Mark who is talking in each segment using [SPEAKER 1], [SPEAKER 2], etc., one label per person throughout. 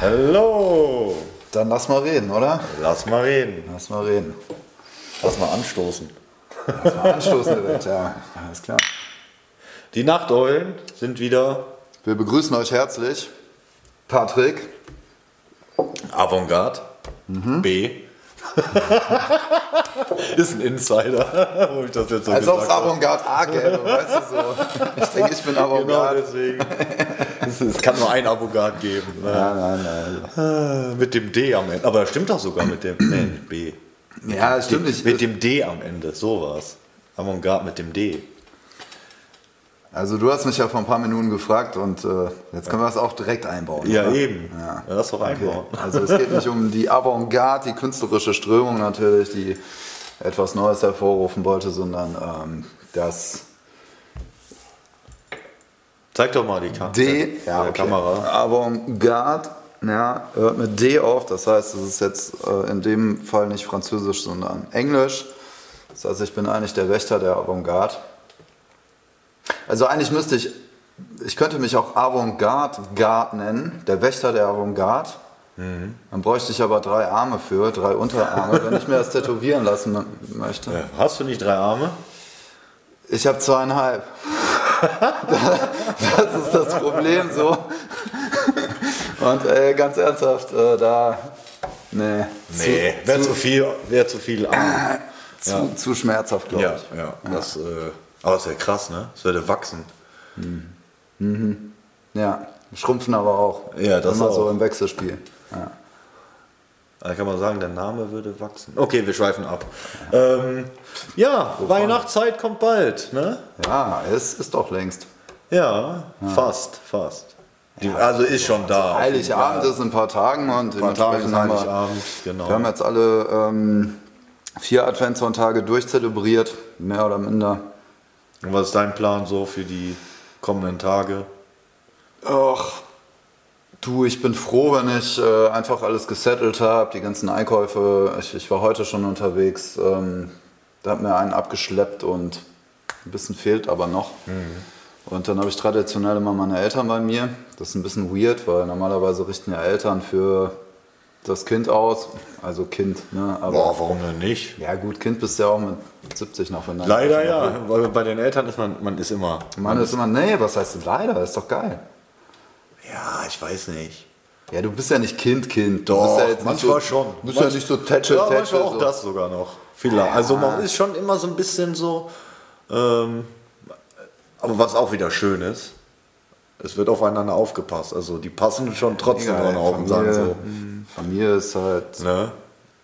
[SPEAKER 1] Hallo!
[SPEAKER 2] Dann lass mal reden, oder?
[SPEAKER 1] Lass mal reden.
[SPEAKER 2] Lass mal reden.
[SPEAKER 1] Lass mal anstoßen.
[SPEAKER 2] Lass mal anstoßen, direkt, ja. Alles klar.
[SPEAKER 1] Die Nachteulen sind wieder
[SPEAKER 2] Wir begrüßen euch herzlich. Patrick.
[SPEAKER 1] Avantgarde.
[SPEAKER 2] Mhm.
[SPEAKER 1] B. ist ein Insider, wo ich das jetzt so
[SPEAKER 2] Als ob es
[SPEAKER 1] gesagt habe.
[SPEAKER 2] Avantgarde A gäbe, weißt du so. Ich denke, ich bin
[SPEAKER 1] Genau
[SPEAKER 2] Avantgarde.
[SPEAKER 1] deswegen. Es, es kann nur ein Avantgarde geben. Ne?
[SPEAKER 2] Nein, nein, nein.
[SPEAKER 1] Äh, Mit dem D am Ende. Aber das stimmt doch sogar mit dem nee, B.
[SPEAKER 2] Ja, das stimmt
[SPEAKER 1] Mit,
[SPEAKER 2] nicht.
[SPEAKER 1] mit dem D am Ende, so war's. Avantgarde mit dem D.
[SPEAKER 2] Also du hast mich ja vor ein paar Minuten gefragt und äh, jetzt können wir das auch direkt einbauen.
[SPEAKER 1] Ja,
[SPEAKER 2] oder?
[SPEAKER 1] eben. Ja. Lass doch einbauen.
[SPEAKER 2] Also es geht nicht um die Avantgarde, die künstlerische Strömung natürlich, die etwas Neues hervorrufen wollte, sondern ähm, das
[SPEAKER 1] Zeig doch mal die Kam
[SPEAKER 2] D,
[SPEAKER 1] äh, Kamera.
[SPEAKER 2] Avantgarde, ja, hört mit D auf, das heißt, es ist jetzt äh, in dem Fall nicht Französisch, sondern Englisch. Das heißt, ich bin eigentlich der Wächter der Avantgarde. Also eigentlich müsste ich, ich könnte mich auch Avantgarde Guard nennen, der Wächter der Avantgarde.
[SPEAKER 1] Mhm.
[SPEAKER 2] Dann bräuchte ich aber drei Arme für, drei Unterarme, wenn ich mir das tätowieren lassen möchte.
[SPEAKER 1] Ja, Äh, Hast du nicht drei Arme?
[SPEAKER 2] Ich habe zweieinhalb. das ist das Problem so. Und äh, ganz ernsthaft, äh, da. Nee.
[SPEAKER 1] Nee, wäre zu viel, wär zu viel Arme.
[SPEAKER 2] Zu, zu, zu schmerzhaft, glaube
[SPEAKER 1] Ja,
[SPEAKER 2] ich.
[SPEAKER 1] ja. Das, äh, aber das wäre krass, ne? Das würde wachsen.
[SPEAKER 2] Ja. Schrumpfen aber auch.
[SPEAKER 1] Ja, das
[SPEAKER 2] Immer
[SPEAKER 1] auch.
[SPEAKER 2] so im Wechselspiel. Ja.
[SPEAKER 1] Da kann man sagen, der Name würde wachsen. Okay, wir schweifen ab. Ähm, ja, Weihnachtszeit kommt bald, ne?
[SPEAKER 2] ja, es ist doch längst.
[SPEAKER 1] Ja, fast, fast. Die, also ist schon da.
[SPEAKER 2] Heiligabend ist in ein paar Tagen und
[SPEAKER 1] Ein paar Tage
[SPEAKER 2] dementsprechend
[SPEAKER 1] ist
[SPEAKER 2] haben wir-
[SPEAKER 1] Heiligabend, genau.
[SPEAKER 2] Wir haben jetzt alle ähm, vier Adventssonntage durchzelebriert, mehr oder minder.
[SPEAKER 1] Und was ist dein Plan so für die kommenden Tage?
[SPEAKER 2] Ach, du, ich bin froh, wenn ich äh, einfach alles gesettelt habe, die ganzen Einkäufe. Ich, ich war heute schon unterwegs, ähm, da hat mir einen abgeschleppt und ein bisschen fehlt aber noch.
[SPEAKER 1] Mhm.
[SPEAKER 2] Und dann habe ich traditionell immer meine Eltern bei mir. Das ist ein bisschen weird, weil normalerweise richten ja Eltern für das Kind aus. Also Kind, ne? Aber
[SPEAKER 1] Boah, warum denn nicht?
[SPEAKER 2] ja gut, Kind bist du ja auch mit 70 noch. Wenn deine
[SPEAKER 1] Leider
[SPEAKER 2] Eltern noch
[SPEAKER 1] ja, weil bei den Eltern ist man, man ist immer.
[SPEAKER 2] Mann ist immer, nee, was heißt denn leider? Ist doch geil.
[SPEAKER 1] Ja, ich weiß nicht.
[SPEAKER 2] Ja, du bist ja nicht Kind, Kind. Du
[SPEAKER 1] Doch,
[SPEAKER 2] bist ja jetzt
[SPEAKER 1] manchmal
[SPEAKER 2] nicht so,
[SPEAKER 1] schon.
[SPEAKER 2] Du bist ja
[SPEAKER 1] Manch-
[SPEAKER 2] nicht so tätschel,
[SPEAKER 1] ja,
[SPEAKER 2] tätschel.
[SPEAKER 1] manchmal auch
[SPEAKER 2] so. Ah.
[SPEAKER 1] das sogar noch. Vielleicht. Also man ist schon immer so ein bisschen so. Ähm, aber was auch wieder schön ist, es wird aufeinander aufgepasst. Also die passen schon trotzdem
[SPEAKER 2] Egal,
[SPEAKER 1] noch auf und sagen
[SPEAKER 2] Familie, Mhm.
[SPEAKER 1] so.
[SPEAKER 2] Familie ist halt.
[SPEAKER 1] Ne?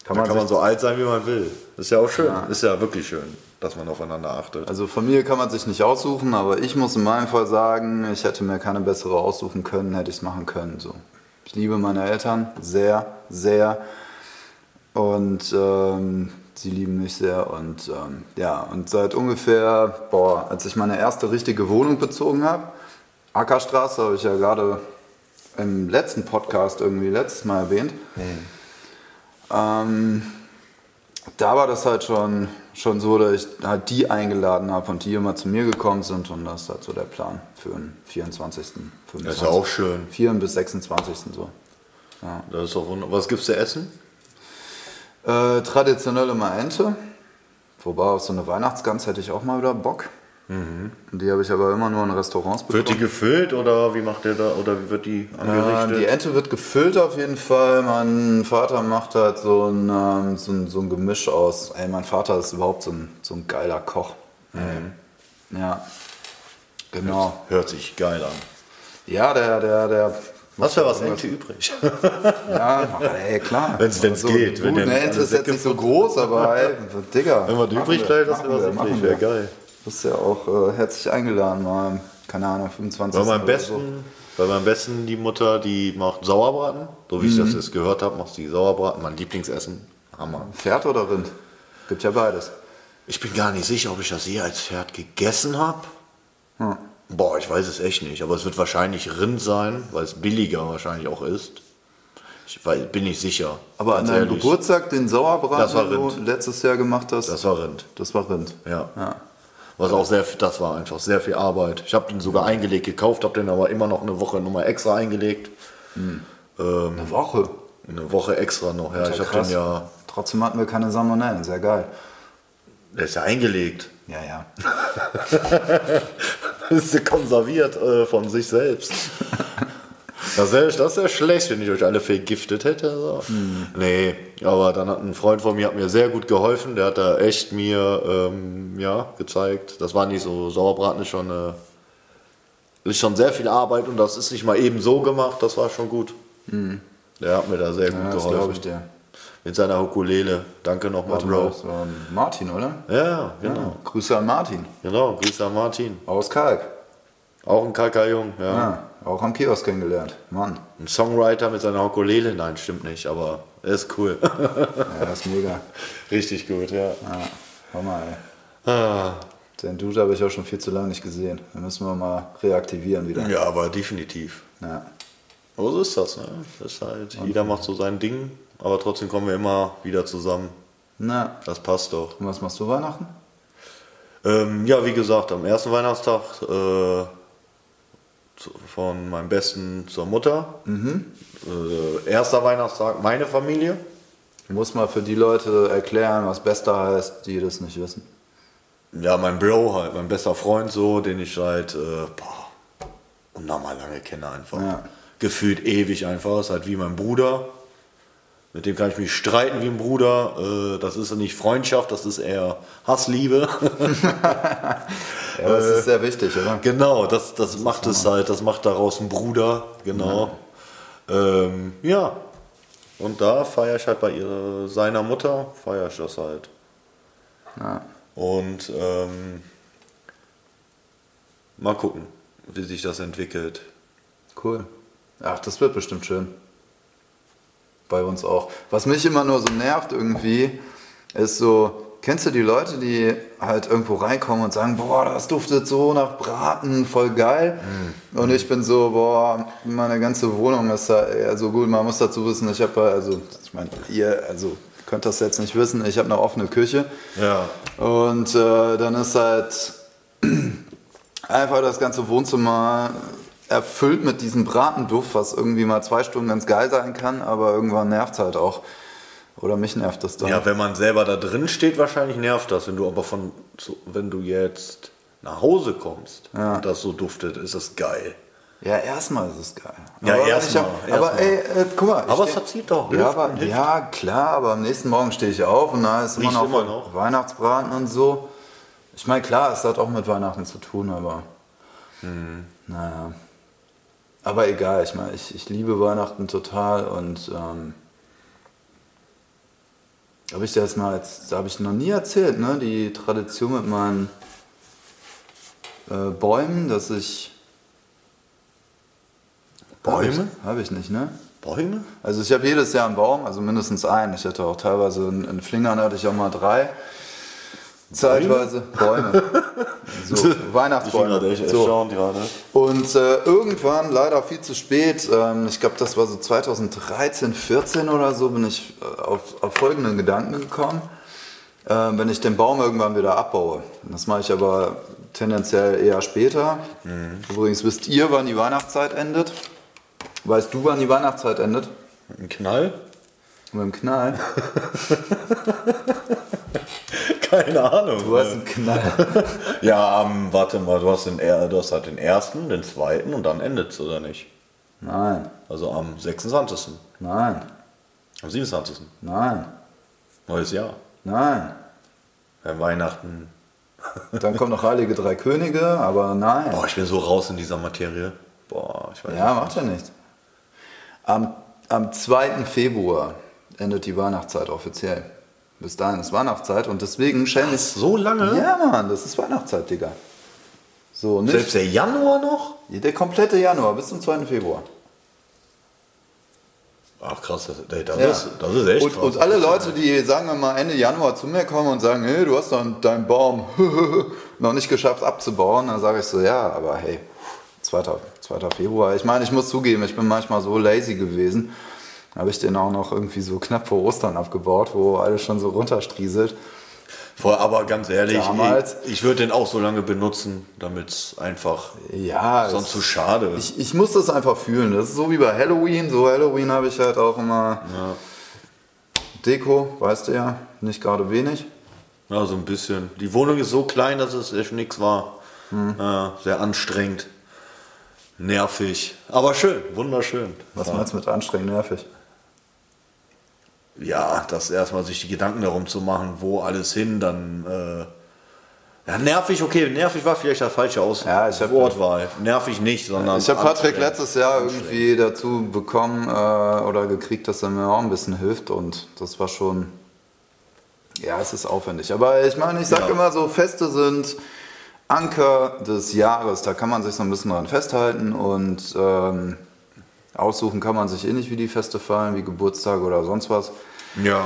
[SPEAKER 2] Kann
[SPEAKER 1] da
[SPEAKER 2] man
[SPEAKER 1] kann man
[SPEAKER 2] sich-
[SPEAKER 1] so alt sein, wie man will. Ist ja auch schön. Ist ja wirklich schön, dass man aufeinander achtet.
[SPEAKER 2] Also Familie kann man sich nicht aussuchen, aber ich muss in meinem Fall sagen, ich hätte mir keine bessere aussuchen können, hätte ich es machen können. So. Ich liebe meine Eltern sehr, sehr. Und ähm, sie lieben mich sehr. Und ähm, ja, und seit ungefähr, boah, als ich meine erste richtige Wohnung bezogen habe, Ackerstraße habe ich ja gerade im letzten Podcast irgendwie letztes Mal erwähnt. Ähm, da war das halt schon, schon so, dass ich halt die eingeladen habe und die immer zu mir gekommen sind und das ist halt so der Plan für den 24., 25.
[SPEAKER 1] Das ist ja auch schön.
[SPEAKER 2] 4. bis 26. so.
[SPEAKER 1] Das ist doch wunderbar. Was gibt's zu essen?
[SPEAKER 2] Äh, traditionell immer Ente. Wobei auf so eine Weihnachtsgans hätte ich auch mal wieder Bock. Die habe ich aber immer nur in Restaurants
[SPEAKER 1] Mhm. Wird die
[SPEAKER 2] bekommen.
[SPEAKER 1] gefüllt oder wie macht der da oder wie wird die
[SPEAKER 2] Äh,
[SPEAKER 1] angerichtet?
[SPEAKER 2] die Ente wird gefüllt auf jeden Fall. Mein Vater macht halt so ein, ähm, so ein, so ein Gemisch aus. Ey, mein Vater ist überhaupt so ein, so ein geiler Koch.
[SPEAKER 1] Mhm.
[SPEAKER 2] Ey. Ja. Genau.
[SPEAKER 1] Hört sich geil an.
[SPEAKER 2] Ja, der, der, der.
[SPEAKER 1] Was wäre was Ente übrig?
[SPEAKER 2] Ja, ey, klar.
[SPEAKER 1] Wenn's- wenn's
[SPEAKER 2] so,
[SPEAKER 1] geht,
[SPEAKER 2] Gut,
[SPEAKER 1] wenn der
[SPEAKER 2] eine
[SPEAKER 1] nicht
[SPEAKER 2] Ente
[SPEAKER 1] alles
[SPEAKER 2] ist jetzt nicht so groß, aber ey, Digga.
[SPEAKER 1] Wenn was
[SPEAKER 2] machen
[SPEAKER 1] übrig
[SPEAKER 2] wir,
[SPEAKER 1] bleibt, das
[SPEAKER 2] machen
[SPEAKER 1] wäre
[SPEAKER 2] wir,
[SPEAKER 1] was
[SPEAKER 2] machen
[SPEAKER 1] übrig.
[SPEAKER 2] wir.
[SPEAKER 1] Wäre geil.
[SPEAKER 2] bist ja auch äh, herzlich eingeladen, mal, keine Ahnung, 25.
[SPEAKER 1] Bei meinem,
[SPEAKER 2] oder
[SPEAKER 1] besten,
[SPEAKER 2] also-
[SPEAKER 1] bei meinem besten, die Mutter, die macht Sauerbraten. So wie ich
[SPEAKER 2] Mhm.
[SPEAKER 1] das jetzt gehört habe, macht sie Sauerbraten, mein Lieblingsessen. Hammer.
[SPEAKER 2] So. Pferd oder Rind? Gibt ja beides.
[SPEAKER 1] Ich bin gar nicht sicher, ob ich das je als Pferd gegessen habe.
[SPEAKER 2] Hm.
[SPEAKER 1] Boah, ich weiß es echt nicht. Aber es wird wahrscheinlich Rind sein, weil es billiger wahrscheinlich auch ist. Ich weiß, bin nicht sicher.
[SPEAKER 2] Aber an
[SPEAKER 1] Ganz
[SPEAKER 2] deinem
[SPEAKER 1] ehrlich,
[SPEAKER 2] Geburtstag, den Sauerbraten,
[SPEAKER 1] Das war
[SPEAKER 2] den du
[SPEAKER 1] Rind.
[SPEAKER 2] letztes Jahr gemacht hast,
[SPEAKER 1] Das war Rind.
[SPEAKER 2] das war Rind.
[SPEAKER 1] Ja.
[SPEAKER 2] Ja.
[SPEAKER 1] Was auch sehr, das war einfach sehr viel Arbeit. Ich habe den sogar eingelegt, gekauft, habe den aber immer noch eine Woche nochmal extra eingelegt. Ähm,
[SPEAKER 2] Eine Woche.
[SPEAKER 1] eine Woche extra noch. Ja, ich
[SPEAKER 2] Hm. Total
[SPEAKER 1] habe
[SPEAKER 2] krass.
[SPEAKER 1] den ja,
[SPEAKER 2] Trotzdem hatten wir keine Salmonellen, sehr geil.
[SPEAKER 1] der ist ja eingelegt.
[SPEAKER 2] Ja, ja.
[SPEAKER 1] ist ja konserviert äh, von sich selbst. Das wäre das wär schlecht, wenn ich euch alle vergiftet hätte. So.
[SPEAKER 2] Hm.
[SPEAKER 1] Nee, aber dann hat ein Freund von mir hat mir sehr gut geholfen. Der hat da echt mir ähm, ja, gezeigt. Das war nicht so, Sauerbraten ist schon, äh, ist schon sehr viel Arbeit und das ist nicht mal eben so gemacht. Das war schon gut. Der hat mir da sehr gut
[SPEAKER 2] Hm. ja das glaube
[SPEAKER 1] geholfen.
[SPEAKER 2] ich dir.
[SPEAKER 1] Mit seiner Ukulele. Danke nochmal,
[SPEAKER 2] Warte mal,
[SPEAKER 1] Bro.
[SPEAKER 2] das war Martin, oder?
[SPEAKER 1] Ja, genau.
[SPEAKER 2] Grüße an Martin.
[SPEAKER 1] Genau, Grüße an Martin.
[SPEAKER 2] Aus Kalk.
[SPEAKER 1] Auch ein Kaka-Jung. ja.
[SPEAKER 2] Ja, auch am Kiosk kennengelernt. Mann,
[SPEAKER 1] Ein Songwriter mit seiner Ukulele? Nein, stimmt nicht, aber er ist cool.
[SPEAKER 2] ja, das ist mega.
[SPEAKER 1] Richtig gut, ja.
[SPEAKER 2] Ja, hör mal, ey.
[SPEAKER 1] Ah,
[SPEAKER 2] Den Dude habe ich auch schon viel zu lange nicht gesehen. Den müssen wir mal reaktivieren wieder.
[SPEAKER 1] ja, aber definitiv.
[SPEAKER 2] Ja.
[SPEAKER 1] Aber so ist das, ne? Das ist halt, jeder macht so sein Ding, aber trotzdem kommen wir immer wieder zusammen.
[SPEAKER 2] Na,
[SPEAKER 1] Das passt doch.
[SPEAKER 2] und was machst du Weihnachten?
[SPEAKER 1] Ähm, ja, wie gesagt, am ersten Weihnachtstag äh, zu, von meinem Besten zur Mutter. Äh, erster Weihnachtstag meine Familie.
[SPEAKER 2] Du musst mal für die Leute erklären, was Bester heißt, die das nicht wissen.
[SPEAKER 1] Ja, mein Bro halt, mein bester Freund so, den ich seit äh, boah, unnormal lange kenne einfach.
[SPEAKER 2] Ja.
[SPEAKER 1] Gefühlt ewig einfach, ist halt wie mein Bruder. Mit dem kann ich mich streiten wie ein Bruder. Äh, das ist nicht Freundschaft, das ist eher Hassliebe.
[SPEAKER 2] Ja, aber es ist sehr wichtig, oder?
[SPEAKER 1] genau, das, das macht es halt, das macht daraus einen Bruder, genau. Ähm, ja, und da feiere ich halt bei ihrer, seiner Mutter, feiere ich das halt.
[SPEAKER 2] Ja.
[SPEAKER 1] Und ähm, mal gucken, wie sich das entwickelt.
[SPEAKER 2] Cool. Ach, das wird bestimmt schön. Bei uns auch. Was mich immer nur so nervt irgendwie, ist so, kennst du die Leute, die halt irgendwo reinkommen und sagen, boah, das duftet so nach Braten, voll geil. Und ich bin so, boah, meine ganze Wohnung ist da, also gut, man muss dazu wissen, ich habe, also, ich meine, ihr, also, könnt das jetzt nicht wissen, ich habe eine offene Küche.
[SPEAKER 1] Ja.
[SPEAKER 2] Und äh, dann ist halt einfach das ganze Wohnzimmer erfüllt mit diesem Bratenduft, was irgendwie mal zwei Stunden ganz geil sein kann, aber irgendwann nervt es halt auch. Oder mich nervt das dann.
[SPEAKER 1] Ja, wenn man selber da drin steht, wahrscheinlich nervt das. Wenn du aber von, zu- wenn du jetzt nach Hause kommst
[SPEAKER 2] Ja.
[SPEAKER 1] und das so duftet, ist das geil.
[SPEAKER 2] Ja, erstmal ist es geil.
[SPEAKER 1] Ja,
[SPEAKER 2] Aber
[SPEAKER 1] erstmal,
[SPEAKER 2] ich hab- Aber
[SPEAKER 1] erstmal.
[SPEAKER 2] ey, äh, guck mal. ich
[SPEAKER 1] Aber es
[SPEAKER 2] steh-
[SPEAKER 1] verzieht doch.
[SPEAKER 2] Ja,
[SPEAKER 1] Hilft-
[SPEAKER 2] aber,
[SPEAKER 1] hilft.
[SPEAKER 2] ja, klar, aber am nächsten Morgen stehe ich auf und da ist immer
[SPEAKER 1] Riecht
[SPEAKER 2] noch,
[SPEAKER 1] immer noch.
[SPEAKER 2] Weihnachtsbraten und so. Ich meine, klar, es hat auch mit Weihnachten zu tun, aber.
[SPEAKER 1] Hm.
[SPEAKER 2] Naja. Aber egal, ich meine, ich, ich liebe Weihnachten total und. Ähm, habe ich dir das mal jetzt, da habe ich noch nie erzählt, ne? Die Tradition mit meinen äh, Bäumen, dass ich.
[SPEAKER 1] Bäume?
[SPEAKER 2] Habe ich nicht, ne?
[SPEAKER 1] Bäume?
[SPEAKER 2] Also ich habe jedes Jahr einen Baum, also mindestens einen. Ich hatte auch teilweise in, in Flingern hatte ich auch mal drei. Zeitweise Bäume. So, Weihnachtsbäume. So.
[SPEAKER 1] gerade.
[SPEAKER 2] Und äh, irgendwann, leider viel zu spät, ähm, ich glaube, das war so 2013, 14 oder so, bin ich äh, auf, auf folgenden Gedanken gekommen. Äh, wenn ich den Baum irgendwann wieder abbaue. Das mache ich aber tendenziell eher später. Übrigens, wisst ihr, wann die Weihnachtszeit endet? Weißt du, wann die Weihnachtszeit endet?
[SPEAKER 1] Ein Knall?
[SPEAKER 2] Mit dem Knall?
[SPEAKER 1] Keine Ahnung.
[SPEAKER 2] Du hast einen Knall.
[SPEAKER 1] ja, ähm, warte mal, du hast, den, er- du hast halt den ersten, den zweiten und dann endet es, oder nicht?
[SPEAKER 2] Nein,
[SPEAKER 1] Also am 26.
[SPEAKER 2] nein,
[SPEAKER 1] Am 27.
[SPEAKER 2] nein,
[SPEAKER 1] Neues Jahr.
[SPEAKER 2] nein.
[SPEAKER 1] Ja, Weihnachten.
[SPEAKER 2] Dann kommen noch Heilige Drei Könige, aber nein.
[SPEAKER 1] Boah, ich bin so raus in dieser Materie. Boah, ich weiß
[SPEAKER 2] Ja, macht ja nichts. Am, am 2. Februar endet die Weihnachtszeit offiziell. Bis dahin ist Weihnachtszeit und deswegen schäme
[SPEAKER 1] nicht.
[SPEAKER 2] ich.
[SPEAKER 1] So lange?
[SPEAKER 2] Ja, Mann, das ist Weihnachtszeit, Digga. So, nicht?
[SPEAKER 1] Selbst der Januar noch?
[SPEAKER 2] Der komplette Januar bis zum 2. Februar.
[SPEAKER 1] Ach krass, das, ey, das,
[SPEAKER 2] Ja.
[SPEAKER 1] ist, das ist echt
[SPEAKER 2] und,
[SPEAKER 1] krass.
[SPEAKER 2] und alle Leute, die, sagen wir mal, Ende Januar zu mir kommen und sagen, hey, du hast deinen, deinen Baum noch nicht geschafft abzubauen, dann sage ich so, ja, aber hey, 2. 2. Februar. Ich meine, ich muss zugeben, ich bin manchmal so lazy gewesen. Habe ich den auch noch irgendwie so knapp vor Ostern abgebaut, wo alles schon so runterstrieselt.
[SPEAKER 1] Voll, aber ganz ehrlich,
[SPEAKER 2] Damals.
[SPEAKER 1] ich, ich würde den auch so lange benutzen, damit es einfach
[SPEAKER 2] Ja,
[SPEAKER 1] sonst
[SPEAKER 2] es-
[SPEAKER 1] zu schade ist.
[SPEAKER 2] ich, ich muss das einfach fühlen. Das ist so wie bei Halloween. So Halloween habe ich halt auch immer Deko, weißt du ja, nicht gerade wenig.
[SPEAKER 1] Ja, so ein bisschen. Die Wohnung ist so klein, dass es echt nichts war.
[SPEAKER 2] Hm.
[SPEAKER 1] Äh, sehr anstrengend, nervig, aber schön, wunderschön.
[SPEAKER 2] Was
[SPEAKER 1] ja.
[SPEAKER 2] meinst du mit anstrengend nervig?
[SPEAKER 1] Ja, das erstmal sich die Gedanken darum zu machen, wo alles hin, dann. Äh, ja, nervig, okay, nervig war vielleicht das falsche Aus
[SPEAKER 2] Ja, ich hab-
[SPEAKER 1] Wortwahl. Nervig nicht, sondern.
[SPEAKER 2] Ich habe Patrick
[SPEAKER 1] anstrengend.
[SPEAKER 2] letztes Jahr irgendwie dazu bekommen äh, oder gekriegt, dass er mir auch ein bisschen hilft und das war schon. Ja, es ist aufwendig. Aber ich meine, ich sage
[SPEAKER 1] Ja.
[SPEAKER 2] immer so, Feste sind Anker des Jahres. Da kann man sich so ein bisschen dran festhalten und ähm, aussuchen kann man sich eh nicht, wie die Feste fallen, wie Geburtstage oder sonst was.
[SPEAKER 1] Ja.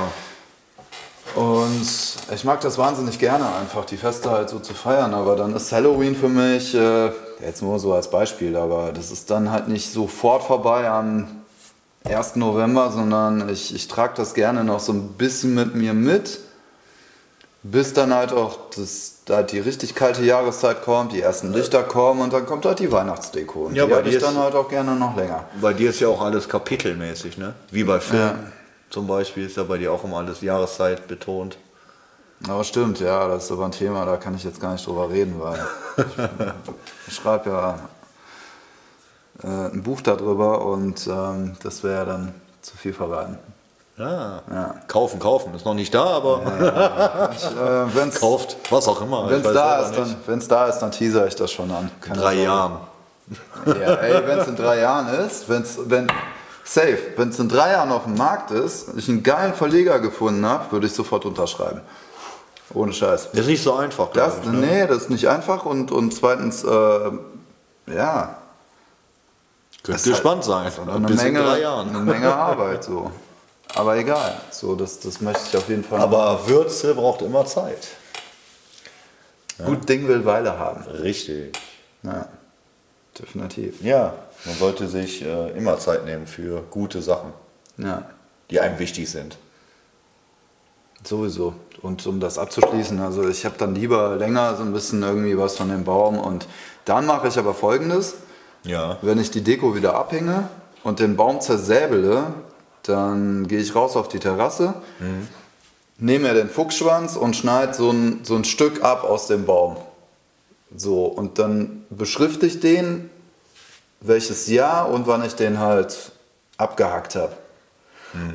[SPEAKER 2] Und ich mag das wahnsinnig gerne, einfach die Feste halt so zu feiern. Aber dann ist Halloween für mich, äh, jetzt nur so als Beispiel, aber das ist dann halt nicht sofort vorbei am 1. November, sondern ich, ich trage das gerne noch so ein bisschen mit mir mit. Bis dann halt auch das, da halt die richtig kalte Jahreszeit kommt, die ersten Lichter kommen und dann kommt halt die Weihnachtsdeko. Und
[SPEAKER 1] Ja,
[SPEAKER 2] die
[SPEAKER 1] aber
[SPEAKER 2] hätte
[SPEAKER 1] die
[SPEAKER 2] ich dann
[SPEAKER 1] ist-
[SPEAKER 2] halt auch gerne noch länger.
[SPEAKER 1] Bei dir ist ja auch alles kapitelmäßig, ne? Wie bei Filmen zum Beispiel ist ja bei dir auch immer alles Jahreszeit betont.
[SPEAKER 2] Aber stimmt, ja, das ist aber ein Thema, da kann ich jetzt gar nicht drüber reden, weil ich schreibe ja äh, ein Buch darüber und ähm, das wäre ja dann zu viel verraten.
[SPEAKER 1] Ja.
[SPEAKER 2] Ja.
[SPEAKER 1] Kaufen, kaufen. Ist noch nicht da, aber
[SPEAKER 2] Ich, äh, Wenn es
[SPEAKER 1] kauft, was auch immer. Ich
[SPEAKER 2] da,
[SPEAKER 1] weiß selber
[SPEAKER 2] ist, Also,
[SPEAKER 1] nicht.
[SPEAKER 2] dann- wenn's da ist, dann teaser ich das schon an. Keine
[SPEAKER 1] Drei
[SPEAKER 2] Sorge.
[SPEAKER 1] Jahren.
[SPEAKER 2] Ja, ey, wenn es in drei Jahren ist, wenn's, wenn safe, wenn es in drei Jahren auf dem Markt ist, ich einen geilen Verleger gefunden habe, würde ich sofort unterschreiben. Ohne Scheiß.
[SPEAKER 1] Ist nicht so einfach, glaub
[SPEAKER 2] Das,
[SPEAKER 1] ich, ne?
[SPEAKER 2] nee, das ist nicht einfach und, und zweitens, äh, ja,
[SPEAKER 1] Könnt
[SPEAKER 2] ist halt-
[SPEAKER 1] gespannt sein.
[SPEAKER 2] eine
[SPEAKER 1] Bis in
[SPEAKER 2] Menge,
[SPEAKER 1] drei Jahren.
[SPEAKER 2] eine Menge Arbeit so. Aber egal, so, das, das möchte ich auf jeden Fall.
[SPEAKER 1] Aber Würze braucht immer Zeit.
[SPEAKER 2] gut Ding will Weile haben.
[SPEAKER 1] Richtig.
[SPEAKER 2] Ja, definitiv.
[SPEAKER 1] Ja, man sollte sich äh, immer Zeit nehmen für gute Sachen,
[SPEAKER 2] Ja,
[SPEAKER 1] die einem wichtig sind.
[SPEAKER 2] sowieso. Und um das abzuschließen, also ich habe dann lieber länger so ein bisschen irgendwie was von dem Baum und dann mache ich aber folgendes.
[SPEAKER 1] Ja.
[SPEAKER 2] Wenn ich die Deko wieder abhänge und den Baum zersäbele, dann gehe ich raus auf die Terrasse, nehme mir den Fuchsschwanz und schneide so ein, so ein Stück ab aus dem Baum. So, und dann beschrifte ich den, welches Jahr und wann ich den halt abgehackt habe.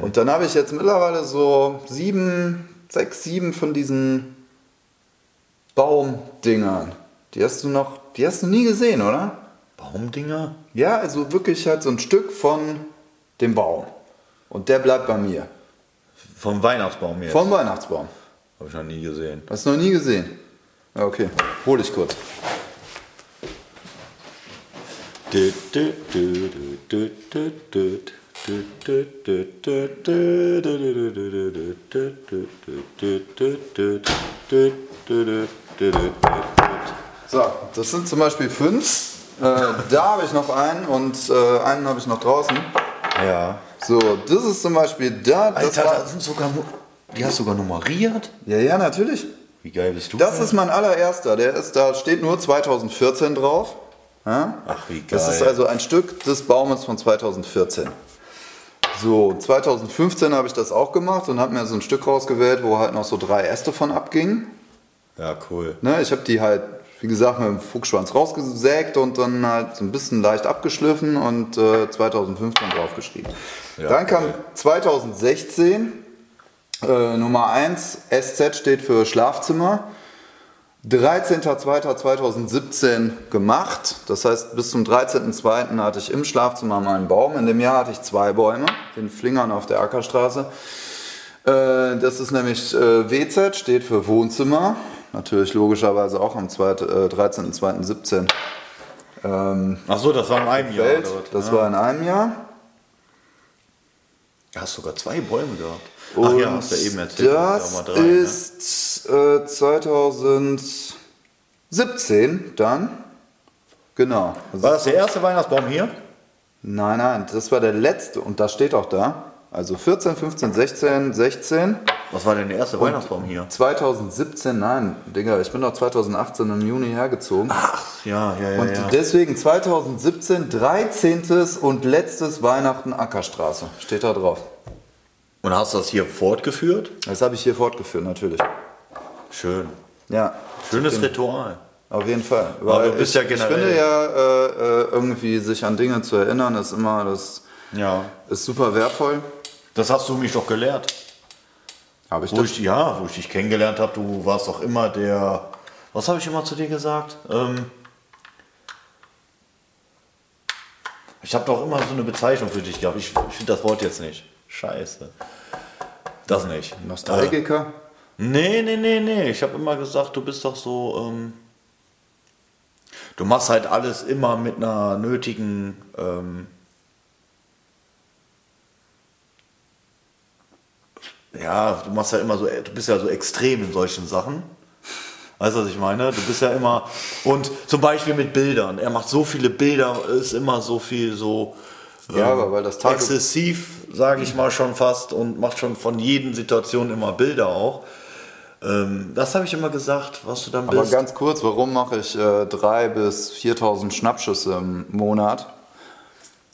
[SPEAKER 2] Und dann habe ich jetzt mittlerweile so sieben, sechs, sieben von diesen Baumdingern. Die hast du noch, die hast du nie gesehen, oder?
[SPEAKER 1] Baumdinger?
[SPEAKER 2] Ja, also wirklich halt so ein Stück von dem Baum. Und der bleibt bei mir.
[SPEAKER 1] Vom Weihnachtsbaum jetzt.
[SPEAKER 2] Vom Weihnachtsbaum.
[SPEAKER 1] Habe ich noch nie gesehen.
[SPEAKER 2] Hast du noch nie gesehen. Ja, okay. Hol ich kurz.
[SPEAKER 1] Dü, dü, dü, dü, dü, dü, dü, dü, dü, dü, dü, dü, dü, dü, dü, dü, dü, dü, dü, dü, dü, dü, dü, dü, dü, dü,
[SPEAKER 2] So, das sind zum Beispiel fünf. Äh, da habe ich noch einen und äh, einen habe ich noch draußen.
[SPEAKER 1] Ja.
[SPEAKER 2] So, das ist zum Beispiel da. Das
[SPEAKER 1] Alter,
[SPEAKER 2] war,
[SPEAKER 1] da sind sogar. nu- Die hast du sogar nummeriert?
[SPEAKER 2] ja, ja, natürlich.
[SPEAKER 1] Wie geil bist du?
[SPEAKER 2] Das
[SPEAKER 1] denn?
[SPEAKER 2] ist mein allererster. Der ist, da steht nur 2014 drauf. Ja?
[SPEAKER 1] Ach, wie geil.
[SPEAKER 2] Das ist also ein Stück des Baumes von 2014. So, 2015 habe ich das auch gemacht und habe mir so ein Stück rausgewählt, wo halt noch so drei Äste von abgingen.
[SPEAKER 1] Ja, cool.
[SPEAKER 2] Ne, ich habe die halt, wie gesagt, mit dem Fuchsschwanz rausgesägt und dann halt so ein bisschen leicht abgeschliffen und äh, 2015 draufgeschrieben.
[SPEAKER 1] Ja,
[SPEAKER 2] dann kam
[SPEAKER 1] geil.
[SPEAKER 2] 2016 äh, Nummer 1, SZ steht für Schlafzimmer. 13.02.2017 gemacht. Das heißt, bis zum 13.02. hatte ich im Schlafzimmer meinen Baum. In dem Jahr hatte ich zwei Bäume, den Flingern auf der Ackerstraße. Äh, Das ist nämlich äh, WZ, steht für Wohnzimmer. Natürlich logischerweise auch am 2., äh, 13.02.17. Ähm,
[SPEAKER 1] Ach so, das war in einem Jahr. Ah.
[SPEAKER 2] Welt,
[SPEAKER 1] oder was?
[SPEAKER 2] das
[SPEAKER 1] Ja.
[SPEAKER 2] war in einem Jahr.
[SPEAKER 1] Du hast sogar zwei Bäume gehabt.
[SPEAKER 2] Und
[SPEAKER 1] Ach ja, hast du ja eben erzählt. du hast
[SPEAKER 2] Das
[SPEAKER 1] ja auch mal drei, ne?
[SPEAKER 2] ist äh, 2017 dann. Genau. Also,
[SPEAKER 1] War das der erste Weihnachtsbaum hier?
[SPEAKER 2] nein, nein, das war der letzte und das steht auch da. Also 14, 15, 16, 16.
[SPEAKER 1] Was war denn der erste Weihnachtsbaum hier?
[SPEAKER 2] 2017, nein, Digga, ich bin doch 2018 im Juni hergezogen.
[SPEAKER 1] Ja, ja, ja.
[SPEAKER 2] und
[SPEAKER 1] ja.
[SPEAKER 2] deswegen 2017, 13. und letztes Weihnachten Ackerstraße. Steht da drauf.
[SPEAKER 1] Und hast du das hier fortgeführt?
[SPEAKER 2] Das habe ich hier fortgeführt, natürlich.
[SPEAKER 1] Schön.
[SPEAKER 2] Ja.
[SPEAKER 1] Schönes Ritual.
[SPEAKER 2] Auf jeden Fall.
[SPEAKER 1] Aber du bist
[SPEAKER 2] ich,
[SPEAKER 1] ja generell-
[SPEAKER 2] Ich finde ja, äh, äh, irgendwie sich an Dinge zu erinnern, ist immer, das
[SPEAKER 1] Ja.
[SPEAKER 2] ist super wertvoll.
[SPEAKER 1] Das hast du mich doch gelehrt.
[SPEAKER 2] Habe ich
[SPEAKER 1] Wo
[SPEAKER 2] das?
[SPEAKER 1] ich, ja, wo ich dich kennengelernt habe, du warst doch immer der. Was habe ich immer zu dir gesagt? Ähm, ich habe doch immer so eine Bezeichnung für dich gehabt. Ich, ich finde das Wort jetzt nicht. Scheiße. Das nicht. Äh,
[SPEAKER 2] Nostalgiker?
[SPEAKER 1] nee, nee, nee, nee. Ich habe immer gesagt, du bist doch so. Ähm, du machst halt alles immer mit einer nötigen. Ähm, Ja, du machst ja immer so, du bist ja so extrem in solchen Sachen. Weißt du, was ich meine? Du bist ja immer. Und zum Beispiel mit Bildern. Er macht so viele Bilder, ist immer so viel so. ähm,
[SPEAKER 2] Ja, aber weil das Tage-
[SPEAKER 1] Exzessiv, sage ich mal schon fast, und macht schon von jeden Situation immer Bilder auch. Ähm, das habe ich immer gesagt, was du dann
[SPEAKER 2] Aber
[SPEAKER 1] bist.
[SPEAKER 2] ganz kurz, warum mache ich äh, 3.000 bis 4.000 Schnappschüsse im Monat?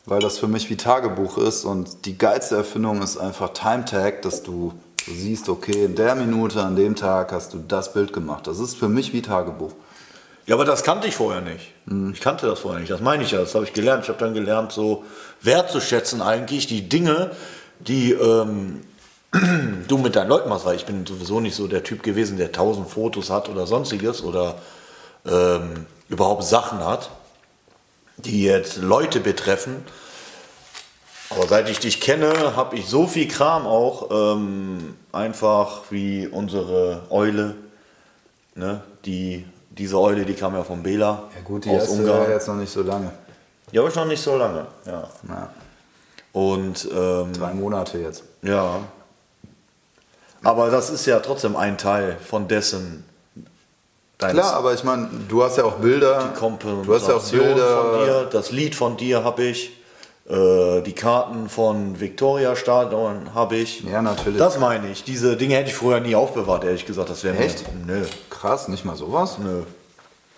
[SPEAKER 2] Weil das für mich wie Tagebuch ist und die geilste Erfindung ist einfach Time Tag, dass du, du siehst, okay, in der Minute, an dem Tag hast du das Bild gemacht. Das ist für mich wie Tagebuch.
[SPEAKER 1] Ja, aber das kannte ich vorher nicht.
[SPEAKER 2] Mhm.
[SPEAKER 1] Ich kannte das vorher nicht. Das meine ich ja. Das habe ich gelernt. Ich habe dann gelernt, so wertzuschätzen eigentlich die Dinge, die ähm, du mit deinen Leuten machst. Weil ich bin sowieso nicht so der Typ gewesen, der tausend Fotos hat oder sonstiges oder ähm, überhaupt Sachen hat, die jetzt Leute betreffen. Aber seit ich dich kenne, habe ich so viel Kram auch, ähm, einfach wie unsere Eule, ne? die, diese Eule, die kam ja von Bela aus Ungarn.
[SPEAKER 2] jetzt noch nicht so lange.
[SPEAKER 1] Die habe ich noch nicht so lange, ja.
[SPEAKER 2] Ja,
[SPEAKER 1] Und ähm,
[SPEAKER 2] drei Monate jetzt.
[SPEAKER 1] ja. Aber das ist ja trotzdem ein Teil von dessen deines
[SPEAKER 2] Klar, aber ich meine, du hast ja auch Bilder. Du hast ja auch
[SPEAKER 1] Kompensation von
[SPEAKER 2] Bilder.
[SPEAKER 1] dir, das Lied von dir habe ich, äh, die Karten von Victoria Stadion habe ich.
[SPEAKER 2] Ja, natürlich.
[SPEAKER 1] Das meine ich. Diese Dinge hätte ich früher nie aufbewahrt, ehrlich gesagt. Das wäre mir-
[SPEAKER 2] Echt?
[SPEAKER 1] Nö,
[SPEAKER 2] Krass, nicht mal sowas?
[SPEAKER 1] nö.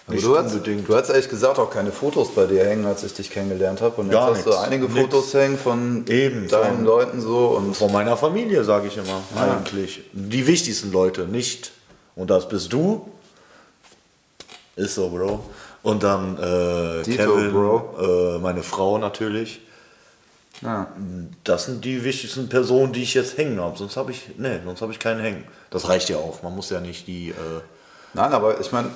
[SPEAKER 2] Aber
[SPEAKER 1] Nicht
[SPEAKER 2] du, hast,
[SPEAKER 1] unbedingt.
[SPEAKER 2] du hast ehrlich gesagt auch keine Fotos bei dir hängen, als ich dich kennengelernt habe. Und jetzt
[SPEAKER 1] Gar
[SPEAKER 2] hast du
[SPEAKER 1] nix.
[SPEAKER 2] einige
[SPEAKER 1] Nix.
[SPEAKER 2] Fotos hängen von
[SPEAKER 1] Eben,
[SPEAKER 2] deinen
[SPEAKER 1] von-
[SPEAKER 2] Leuten so. Und
[SPEAKER 1] Von meiner Familie, sage ich immer,
[SPEAKER 2] Ja.
[SPEAKER 1] eigentlich. Die wichtigsten Leute, nicht. Und das bist du. Ist so, Bro. Und dann äh,
[SPEAKER 2] Dito,
[SPEAKER 1] Kevin,
[SPEAKER 2] Bro.
[SPEAKER 1] Äh, meine Frau natürlich.
[SPEAKER 2] ja.
[SPEAKER 1] Das sind die wichtigsten Personen, die ich jetzt hängen habe. Sonst habe ich, nee, sonst habe ich keinen hängen. Das reicht ja auch. Man muss ja nicht die. Äh,
[SPEAKER 2] Nein, aber ich meine,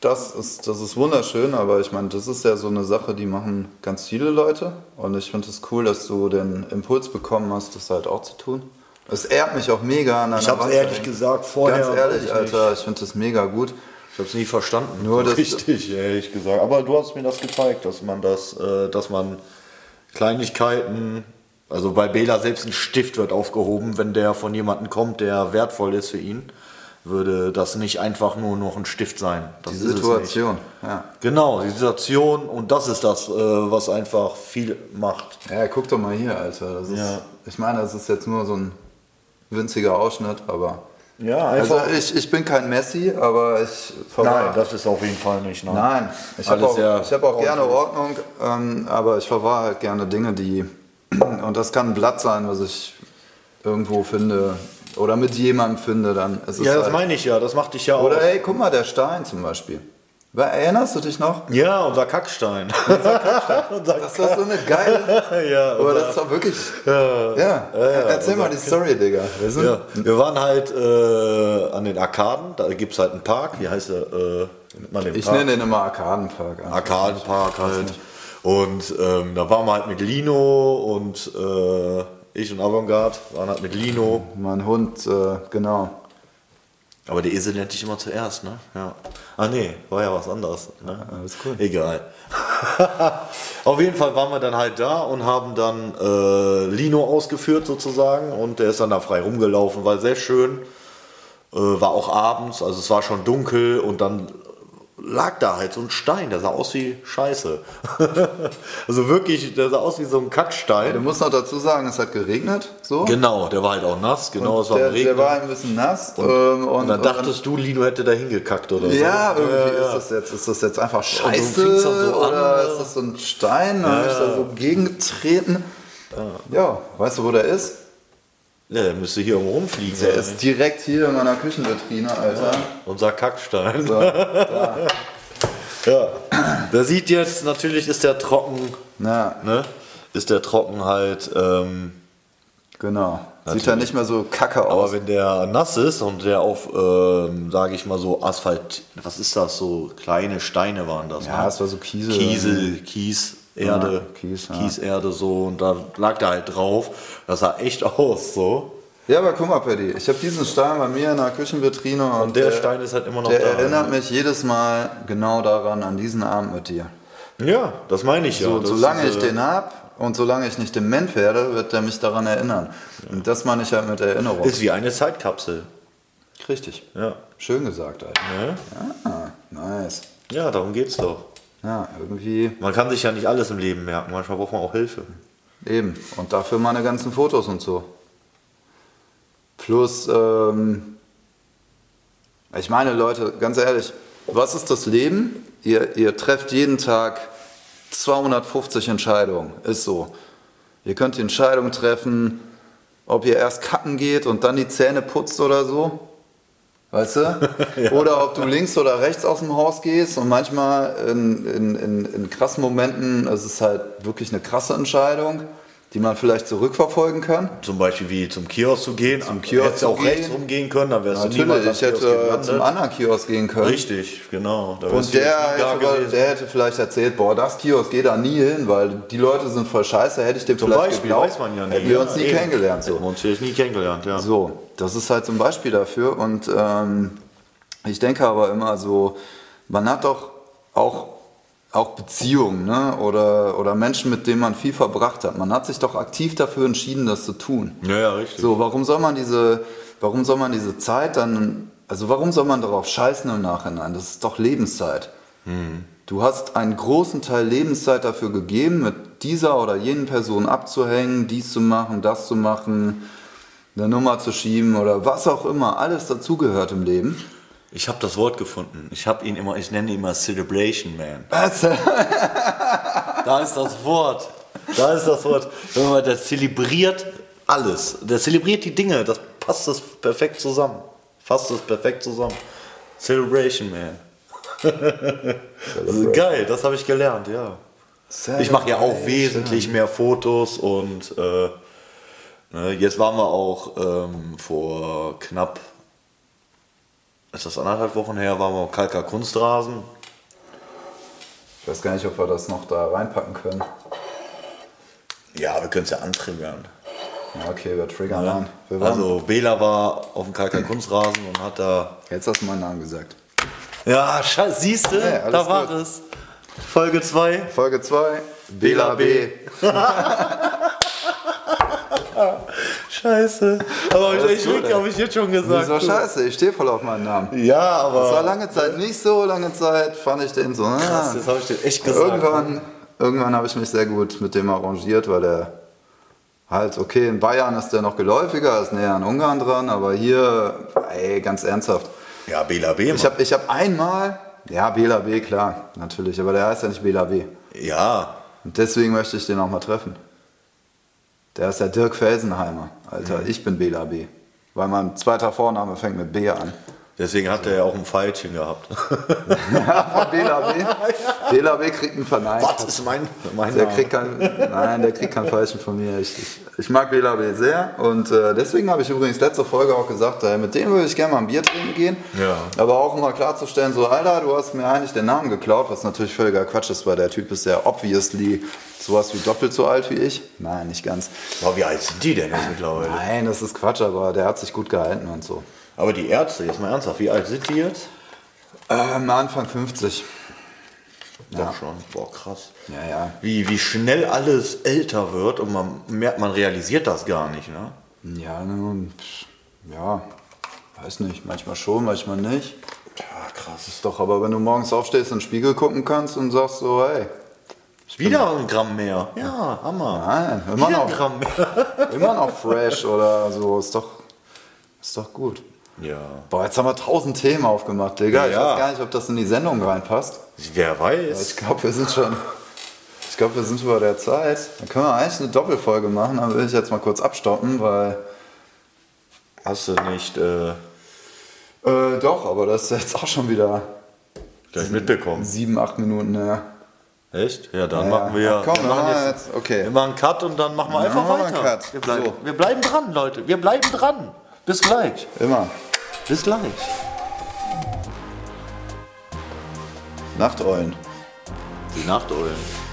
[SPEAKER 2] das ist, das ist wunderschön, aber ich meine, das ist ja so eine Sache, die machen ganz viele Leute. Und ich finde es das cool, dass du den Impuls bekommen hast, das halt auch zu tun. Es ehrt mich auch mega. An deiner
[SPEAKER 1] ich habe
[SPEAKER 2] Wand
[SPEAKER 1] es
[SPEAKER 2] zu
[SPEAKER 1] ehrlich
[SPEAKER 2] hängen.
[SPEAKER 1] gesagt vorher.
[SPEAKER 2] Ganz ehrlich,
[SPEAKER 1] ich
[SPEAKER 2] Alter, ich finde das mega gut.
[SPEAKER 1] Ich habe es nie verstanden.
[SPEAKER 2] Nur
[SPEAKER 1] so
[SPEAKER 2] das-
[SPEAKER 1] richtig, ehrlich gesagt. Aber du hast mir das gezeigt, dass man das, äh, dass man Kleinigkeiten, also bei Bela selbst ein Stift wird aufgehoben, wenn der von jemandem kommt, der wertvoll ist für ihn, würde das nicht einfach nur noch ein Stift sein. Das
[SPEAKER 2] Die
[SPEAKER 1] ist es nicht.
[SPEAKER 2] Situation. Ja.
[SPEAKER 1] Genau, die Situation und das ist das, äh, was einfach viel macht.
[SPEAKER 2] Ja, guck doch mal hier, Alter. Das ist,
[SPEAKER 1] Ja.
[SPEAKER 2] Ich meine, das ist jetzt nur so ein winziger Ausschnitt, aber.
[SPEAKER 1] Ja,
[SPEAKER 2] Also ich, ich bin kein Messi, aber ich verwahre.
[SPEAKER 1] Nein, das ist auf jeden Fall nicht. Nein.
[SPEAKER 2] Nein, ich habe
[SPEAKER 1] Alles
[SPEAKER 2] auch,
[SPEAKER 1] sehr
[SPEAKER 2] ich hab auch gerne
[SPEAKER 1] ordentlich.
[SPEAKER 2] Ordnung, ähm, aber ich verwahre halt gerne Dinge, die. Und das kann ein Blatt sein, was ich irgendwo finde oder mit jemandem finde. Dann es ist
[SPEAKER 1] Ja, das
[SPEAKER 2] halt-
[SPEAKER 1] meine ich ja. Das macht dich ja
[SPEAKER 2] Oder
[SPEAKER 1] aus.
[SPEAKER 2] ey, guck mal, der Stein zum Beispiel. Erinnerst du dich noch?
[SPEAKER 1] Ja, unser Kackstein. Unser
[SPEAKER 2] Das war so eine geile.
[SPEAKER 1] Kack- ja,
[SPEAKER 2] Aber
[SPEAKER 1] unser-
[SPEAKER 2] das war wirklich. Ja. Erzähl mal die Story, Digga. Wir sind
[SPEAKER 1] ja. Wir waren halt äh, an den Arkaden, da gibt es halt einen Park, wie heißt der? Äh, wie nennt man den
[SPEAKER 2] Ich
[SPEAKER 1] Park?
[SPEAKER 2] nenne den immer Arkadenpark. einfach.
[SPEAKER 1] Arkadenpark halt. Und ähm, da waren wir halt mit Lino und äh, ich und Avantgarde waren halt mit Lino.
[SPEAKER 2] Mein Hund, äh, genau.
[SPEAKER 1] Aber der Esel nennt dich immer zuerst, ne? Ja. Ah nee, war ja was anderes. Ne?
[SPEAKER 2] Ah, alles cool.
[SPEAKER 1] Egal. Auf jeden Fall waren wir dann halt da und haben dann äh, Lino ausgeführt sozusagen und der ist dann da frei rumgelaufen, war sehr schön. Äh, war auch abends, also es war schon dunkel und dann lag da halt so ein Stein, der sah aus wie Scheiße. also wirklich, der sah aus wie so ein
[SPEAKER 2] Du
[SPEAKER 1] Kackstein.
[SPEAKER 2] musst noch dazu sagen, es hat geregnet, so.
[SPEAKER 1] Genau, der war halt auch nass, genau, es war
[SPEAKER 2] der,
[SPEAKER 1] im Regen.
[SPEAKER 2] der war ein bisschen nass. ähm,
[SPEAKER 1] und dann dachtest du, Lino hätte da hingekackt oder so.
[SPEAKER 2] Ja, irgendwie
[SPEAKER 1] Ja, ja.
[SPEAKER 2] ist das jetzt, ist das jetzt einfach
[SPEAKER 1] Und du
[SPEAKER 2] scheiße
[SPEAKER 1] fingst dann so an,
[SPEAKER 2] oder
[SPEAKER 1] ne?
[SPEAKER 2] ist das so ein Stein? Dann hab ich da so gegengetreten. Ja. weißt du, wo der ist?
[SPEAKER 1] Ja, der müsste hier irgendwo rumfliegen.
[SPEAKER 2] Der
[SPEAKER 1] oder
[SPEAKER 2] ist
[SPEAKER 1] nicht?
[SPEAKER 2] direkt hier in meiner Küchenvitrine, Alter.
[SPEAKER 1] Unser Kackstein. ja. Der sieht jetzt, natürlich ist der trocken,
[SPEAKER 2] Na,
[SPEAKER 1] ne? Ist der trocken halt, ähm,
[SPEAKER 2] genau. Sieht ja nicht mehr so kacke
[SPEAKER 1] aber
[SPEAKER 2] aus.
[SPEAKER 1] wenn der nass ist und der auf, ähm, sage ich mal so, Asphalt, was ist das, so kleine Steine waren das, ne?
[SPEAKER 2] Ja, es war so Kiesel.
[SPEAKER 1] Kiesel, Kies, Erde,
[SPEAKER 2] Ja, Kies, ja.
[SPEAKER 1] Kieserde so und da lag der halt drauf. Das sah echt aus so.
[SPEAKER 2] Ja, aber guck mal, Paddy, ich habe diesen Stein bei mir in der Küchenvitrine und,
[SPEAKER 1] Und der Stein ist halt immer noch
[SPEAKER 2] der
[SPEAKER 1] da.
[SPEAKER 2] erinnert mich jedes Mal genau daran, an diesen Abend mit dir.
[SPEAKER 1] Ja, das meine ich ja.
[SPEAKER 2] So,
[SPEAKER 1] Das
[SPEAKER 2] solange
[SPEAKER 1] ist,
[SPEAKER 2] ich
[SPEAKER 1] äh,
[SPEAKER 2] den hab und solange ich nicht dement werde, wird er mich daran erinnern. Und das meine ich halt mit Erinnerung.
[SPEAKER 1] Ist wie eine Zeitkapsel.
[SPEAKER 2] richtig.
[SPEAKER 1] Ja.
[SPEAKER 2] Schön gesagt, Alter.
[SPEAKER 1] Ne?
[SPEAKER 2] Ah, nice.
[SPEAKER 1] Ja, darum geht's doch.
[SPEAKER 2] Ja, irgendwie
[SPEAKER 1] Man kann sich ja nicht alles im Leben merken. Manchmal braucht man auch Hilfe.
[SPEAKER 2] eben. Und dafür meine ganzen Fotos und so. Plus, ähm, ich meine, Leute, ganz ehrlich, was ist das Leben? Ihr, ihr trefft jeden Tag 250 Entscheidungen. Ist so. Ihr könnt die Entscheidung treffen, ob ihr erst kacken geht und dann die Zähne putzt oder so. Weißt du? Oder ob du links oder rechts aus dem Haus gehst und manchmal in, in, in, in krassen Momenten ist es halt wirklich eine krasse Entscheidung, die man vielleicht zurückverfolgen kann.
[SPEAKER 1] Zum Beispiel wie zum Kiosk zu gehen. Zum
[SPEAKER 2] Kiosk
[SPEAKER 1] hättest du auch
[SPEAKER 2] zu gehen.
[SPEAKER 1] rechts rumgehen können, dann wärst du niemals
[SPEAKER 2] Natürlich,
[SPEAKER 1] am
[SPEAKER 2] ich
[SPEAKER 1] Kiosk
[SPEAKER 2] hätte
[SPEAKER 1] gelandet.
[SPEAKER 2] zum Anna-Kiosk gehen können.
[SPEAKER 1] Richtig, genau. Da wärst
[SPEAKER 2] Und
[SPEAKER 1] du jetzt
[SPEAKER 2] der
[SPEAKER 1] nie da
[SPEAKER 2] hätte, aber-
[SPEAKER 1] gewesen.
[SPEAKER 2] der hätte vielleicht erzählt, boah, das Kiosk geht da nie hin, weil die Leute sind voll scheiße, hätte ich dem
[SPEAKER 1] zum
[SPEAKER 2] vielleicht
[SPEAKER 1] Beispiel
[SPEAKER 2] geglaubt,
[SPEAKER 1] weiß man ja nicht.
[SPEAKER 2] hätten wir uns
[SPEAKER 1] Ja,
[SPEAKER 2] nie
[SPEAKER 1] eben.
[SPEAKER 2] kennengelernt. So.
[SPEAKER 1] Hätten wir uns vielleicht nie kennengelernt, ja.
[SPEAKER 2] So, das ist halt so ein Beispiel dafür. Und ähm, ich denke aber immer so, man hat doch auch, auch Beziehungen ne? oder, oder Menschen, mit denen man viel verbracht hat. Man hat sich doch aktiv dafür entschieden, das zu tun.
[SPEAKER 1] Ja, ja, richtig.
[SPEAKER 2] So, warum soll man diese, warum soll man diese Zeit dann, also warum soll man darauf scheißen im Nachhinein? Das ist doch Lebenszeit.
[SPEAKER 1] Hm.
[SPEAKER 2] Du hast einen großen Teil Lebenszeit dafür gegeben, mit dieser oder jenen Person abzuhängen, dies zu machen, das zu machen, eine Nummer zu schieben oder was auch immer. Alles dazugehört im Leben.
[SPEAKER 1] Ich habe das Wort gefunden. Ich habe ihn immer, ich nenne ihn immer Celebration Man.
[SPEAKER 2] Was?
[SPEAKER 1] Da ist das Wort. Da ist das Wort. Wenn man- Der zelebriert alles. Der zelebriert die Dinge. Das passt das perfekt zusammen. Fasst das perfekt zusammen. Celebration Man. Das ist geil, das habe ich gelernt, ja. Ich mache ja auch wesentlich mehr Fotos und äh, ne, jetzt waren wir auch ähm, vor knapp, ist das anderthalb Wochen her, waren wir auf Kalka Kunstrasen.
[SPEAKER 2] Ich weiß gar nicht, ob wir das noch da reinpacken können.
[SPEAKER 1] Ja, wir können es ja antriggern.
[SPEAKER 2] Ja, okay, wir triggern
[SPEAKER 1] Ja.
[SPEAKER 2] an. Wir waren,
[SPEAKER 1] Also Bela war auf dem Kalker Kunstrasen und hat da.
[SPEAKER 2] jetzt hast du meinen Namen gesagt.
[SPEAKER 1] Ja, scheiße, siehst du,
[SPEAKER 2] Ja, alles
[SPEAKER 1] da war
[SPEAKER 2] gut.
[SPEAKER 1] es. Folge 2.
[SPEAKER 2] Folge 2,
[SPEAKER 1] Bela B. Scheiße. Aber hab ich
[SPEAKER 2] Alles
[SPEAKER 1] echt
[SPEAKER 2] gut,
[SPEAKER 1] Glück,
[SPEAKER 2] ey.
[SPEAKER 1] habe ich jetzt schon
[SPEAKER 2] Das
[SPEAKER 1] gesagt.
[SPEAKER 2] war scheiße, ich stehe voll auf meinen Namen.
[SPEAKER 1] Ja,
[SPEAKER 2] Das war
[SPEAKER 1] aber.
[SPEAKER 2] lange Zeit nicht so, lange Zeit fand ich den so. ah.
[SPEAKER 1] Krass, das habe ich dir echt gesagt.
[SPEAKER 2] irgendwann irgendwann habe ich mich sehr gut mit dem arrangiert, weil er halt, okay, in Bayern ist der noch geläufiger, ist näher an Ungarn dran, aber hier, ey, ganz ernsthaft.
[SPEAKER 1] Ja, Bela B.
[SPEAKER 2] Ich habe ich hab einmal, ja, Bela B, klar, natürlich, aber der heißt ja nicht Bela B.
[SPEAKER 1] ja.
[SPEAKER 2] Und deswegen möchte ich den auch mal treffen. Der ist der Dirk Felsenheimer. Alter,
[SPEAKER 1] Mhm.
[SPEAKER 2] ich bin Bela B. Weil mein zweiter Vorname fängt mit B an.
[SPEAKER 1] Deswegen hat er ja auch ein Pfeilchen gehabt.
[SPEAKER 2] Von Bela B. Bela B kriegt einen Vernein.
[SPEAKER 1] Was ist mein, mein
[SPEAKER 2] Der
[SPEAKER 1] Name?
[SPEAKER 2] kriegt kein, nein, der kriegt keinen falschen von mir. Ich, ich, ich mag Bela B sehr und äh, deswegen habe ich übrigens letzte Folge auch gesagt, äh, mit dem würde ich gerne mal ein Bier trinken gehen.
[SPEAKER 1] Ja.
[SPEAKER 2] Aber auch um mal klarzustellen, so Alter, du hast mir eigentlich den Namen geklaut, was natürlich völliger Quatsch ist, weil der Typ ist ja obviously sowas wie doppelt so alt wie ich. Nein, nicht ganz.
[SPEAKER 1] Boah, wie alt sind die denn jetzt mittlerweile?
[SPEAKER 2] Nein, das ist Quatsch, aber der hat sich gut gehalten und so.
[SPEAKER 1] Aber die Ärzte, jetzt mal ernsthaft, wie alt sind die jetzt?
[SPEAKER 2] Ähm, Anfang 50.
[SPEAKER 1] Ja. Doch schon. Boah, krass.
[SPEAKER 2] Ja, ja.
[SPEAKER 1] Wie, wie schnell alles älter wird und man merkt, man realisiert das gar nicht, ne?
[SPEAKER 2] Ja, nun, pff, ja, weiß nicht, manchmal schon, manchmal nicht.
[SPEAKER 1] Ja, krass.
[SPEAKER 2] Ist doch, aber wenn du morgens aufstehst und in den Spiegel gucken kannst und sagst so, hey,
[SPEAKER 1] Wieder ein Gramm mehr. Ja, Hammer.
[SPEAKER 2] nein, immer
[SPEAKER 1] Wieder ein
[SPEAKER 2] noch,
[SPEAKER 1] Gramm mehr.
[SPEAKER 2] immer noch fresh oder so, ist doch, ist doch gut.
[SPEAKER 1] ja.
[SPEAKER 2] Boah, jetzt haben wir tausend Themen aufgemacht, Digga. Ich
[SPEAKER 1] Ja.
[SPEAKER 2] weiß gar nicht, ob das in die Sendung reinpasst.
[SPEAKER 1] Wer
[SPEAKER 2] Ich
[SPEAKER 1] weiß.
[SPEAKER 2] glaube, wir sind schon. Ich glaube, wir sind über der Zeit. Dann können wir eigentlich eine Doppelfolge machen. Dann will ich jetzt mal kurz abstoppen, weil.
[SPEAKER 1] Hast du nicht äh,
[SPEAKER 2] Äh, doch, aber das ist jetzt auch schon wieder
[SPEAKER 1] gleich mitbekommen.
[SPEAKER 2] sieben, acht Minuten her.
[SPEAKER 1] Echt? Ja, dann
[SPEAKER 2] Ja,
[SPEAKER 1] machen wir
[SPEAKER 2] ja.
[SPEAKER 1] ja.
[SPEAKER 2] Komm,
[SPEAKER 1] wir machen
[SPEAKER 2] ah, jetzt- okay.
[SPEAKER 1] Wir machen einen Cut und dann machen wir
[SPEAKER 2] Ja,
[SPEAKER 1] einfach
[SPEAKER 2] machen wir
[SPEAKER 1] weiter.
[SPEAKER 2] einen Cut.
[SPEAKER 1] Wir, bleiben,
[SPEAKER 2] So.
[SPEAKER 1] wir bleiben dran, Leute. Wir bleiben dran. Bis gleich.
[SPEAKER 2] Immer.
[SPEAKER 1] Bis gleich.
[SPEAKER 2] Nachteulen.
[SPEAKER 1] Die Nachteulen.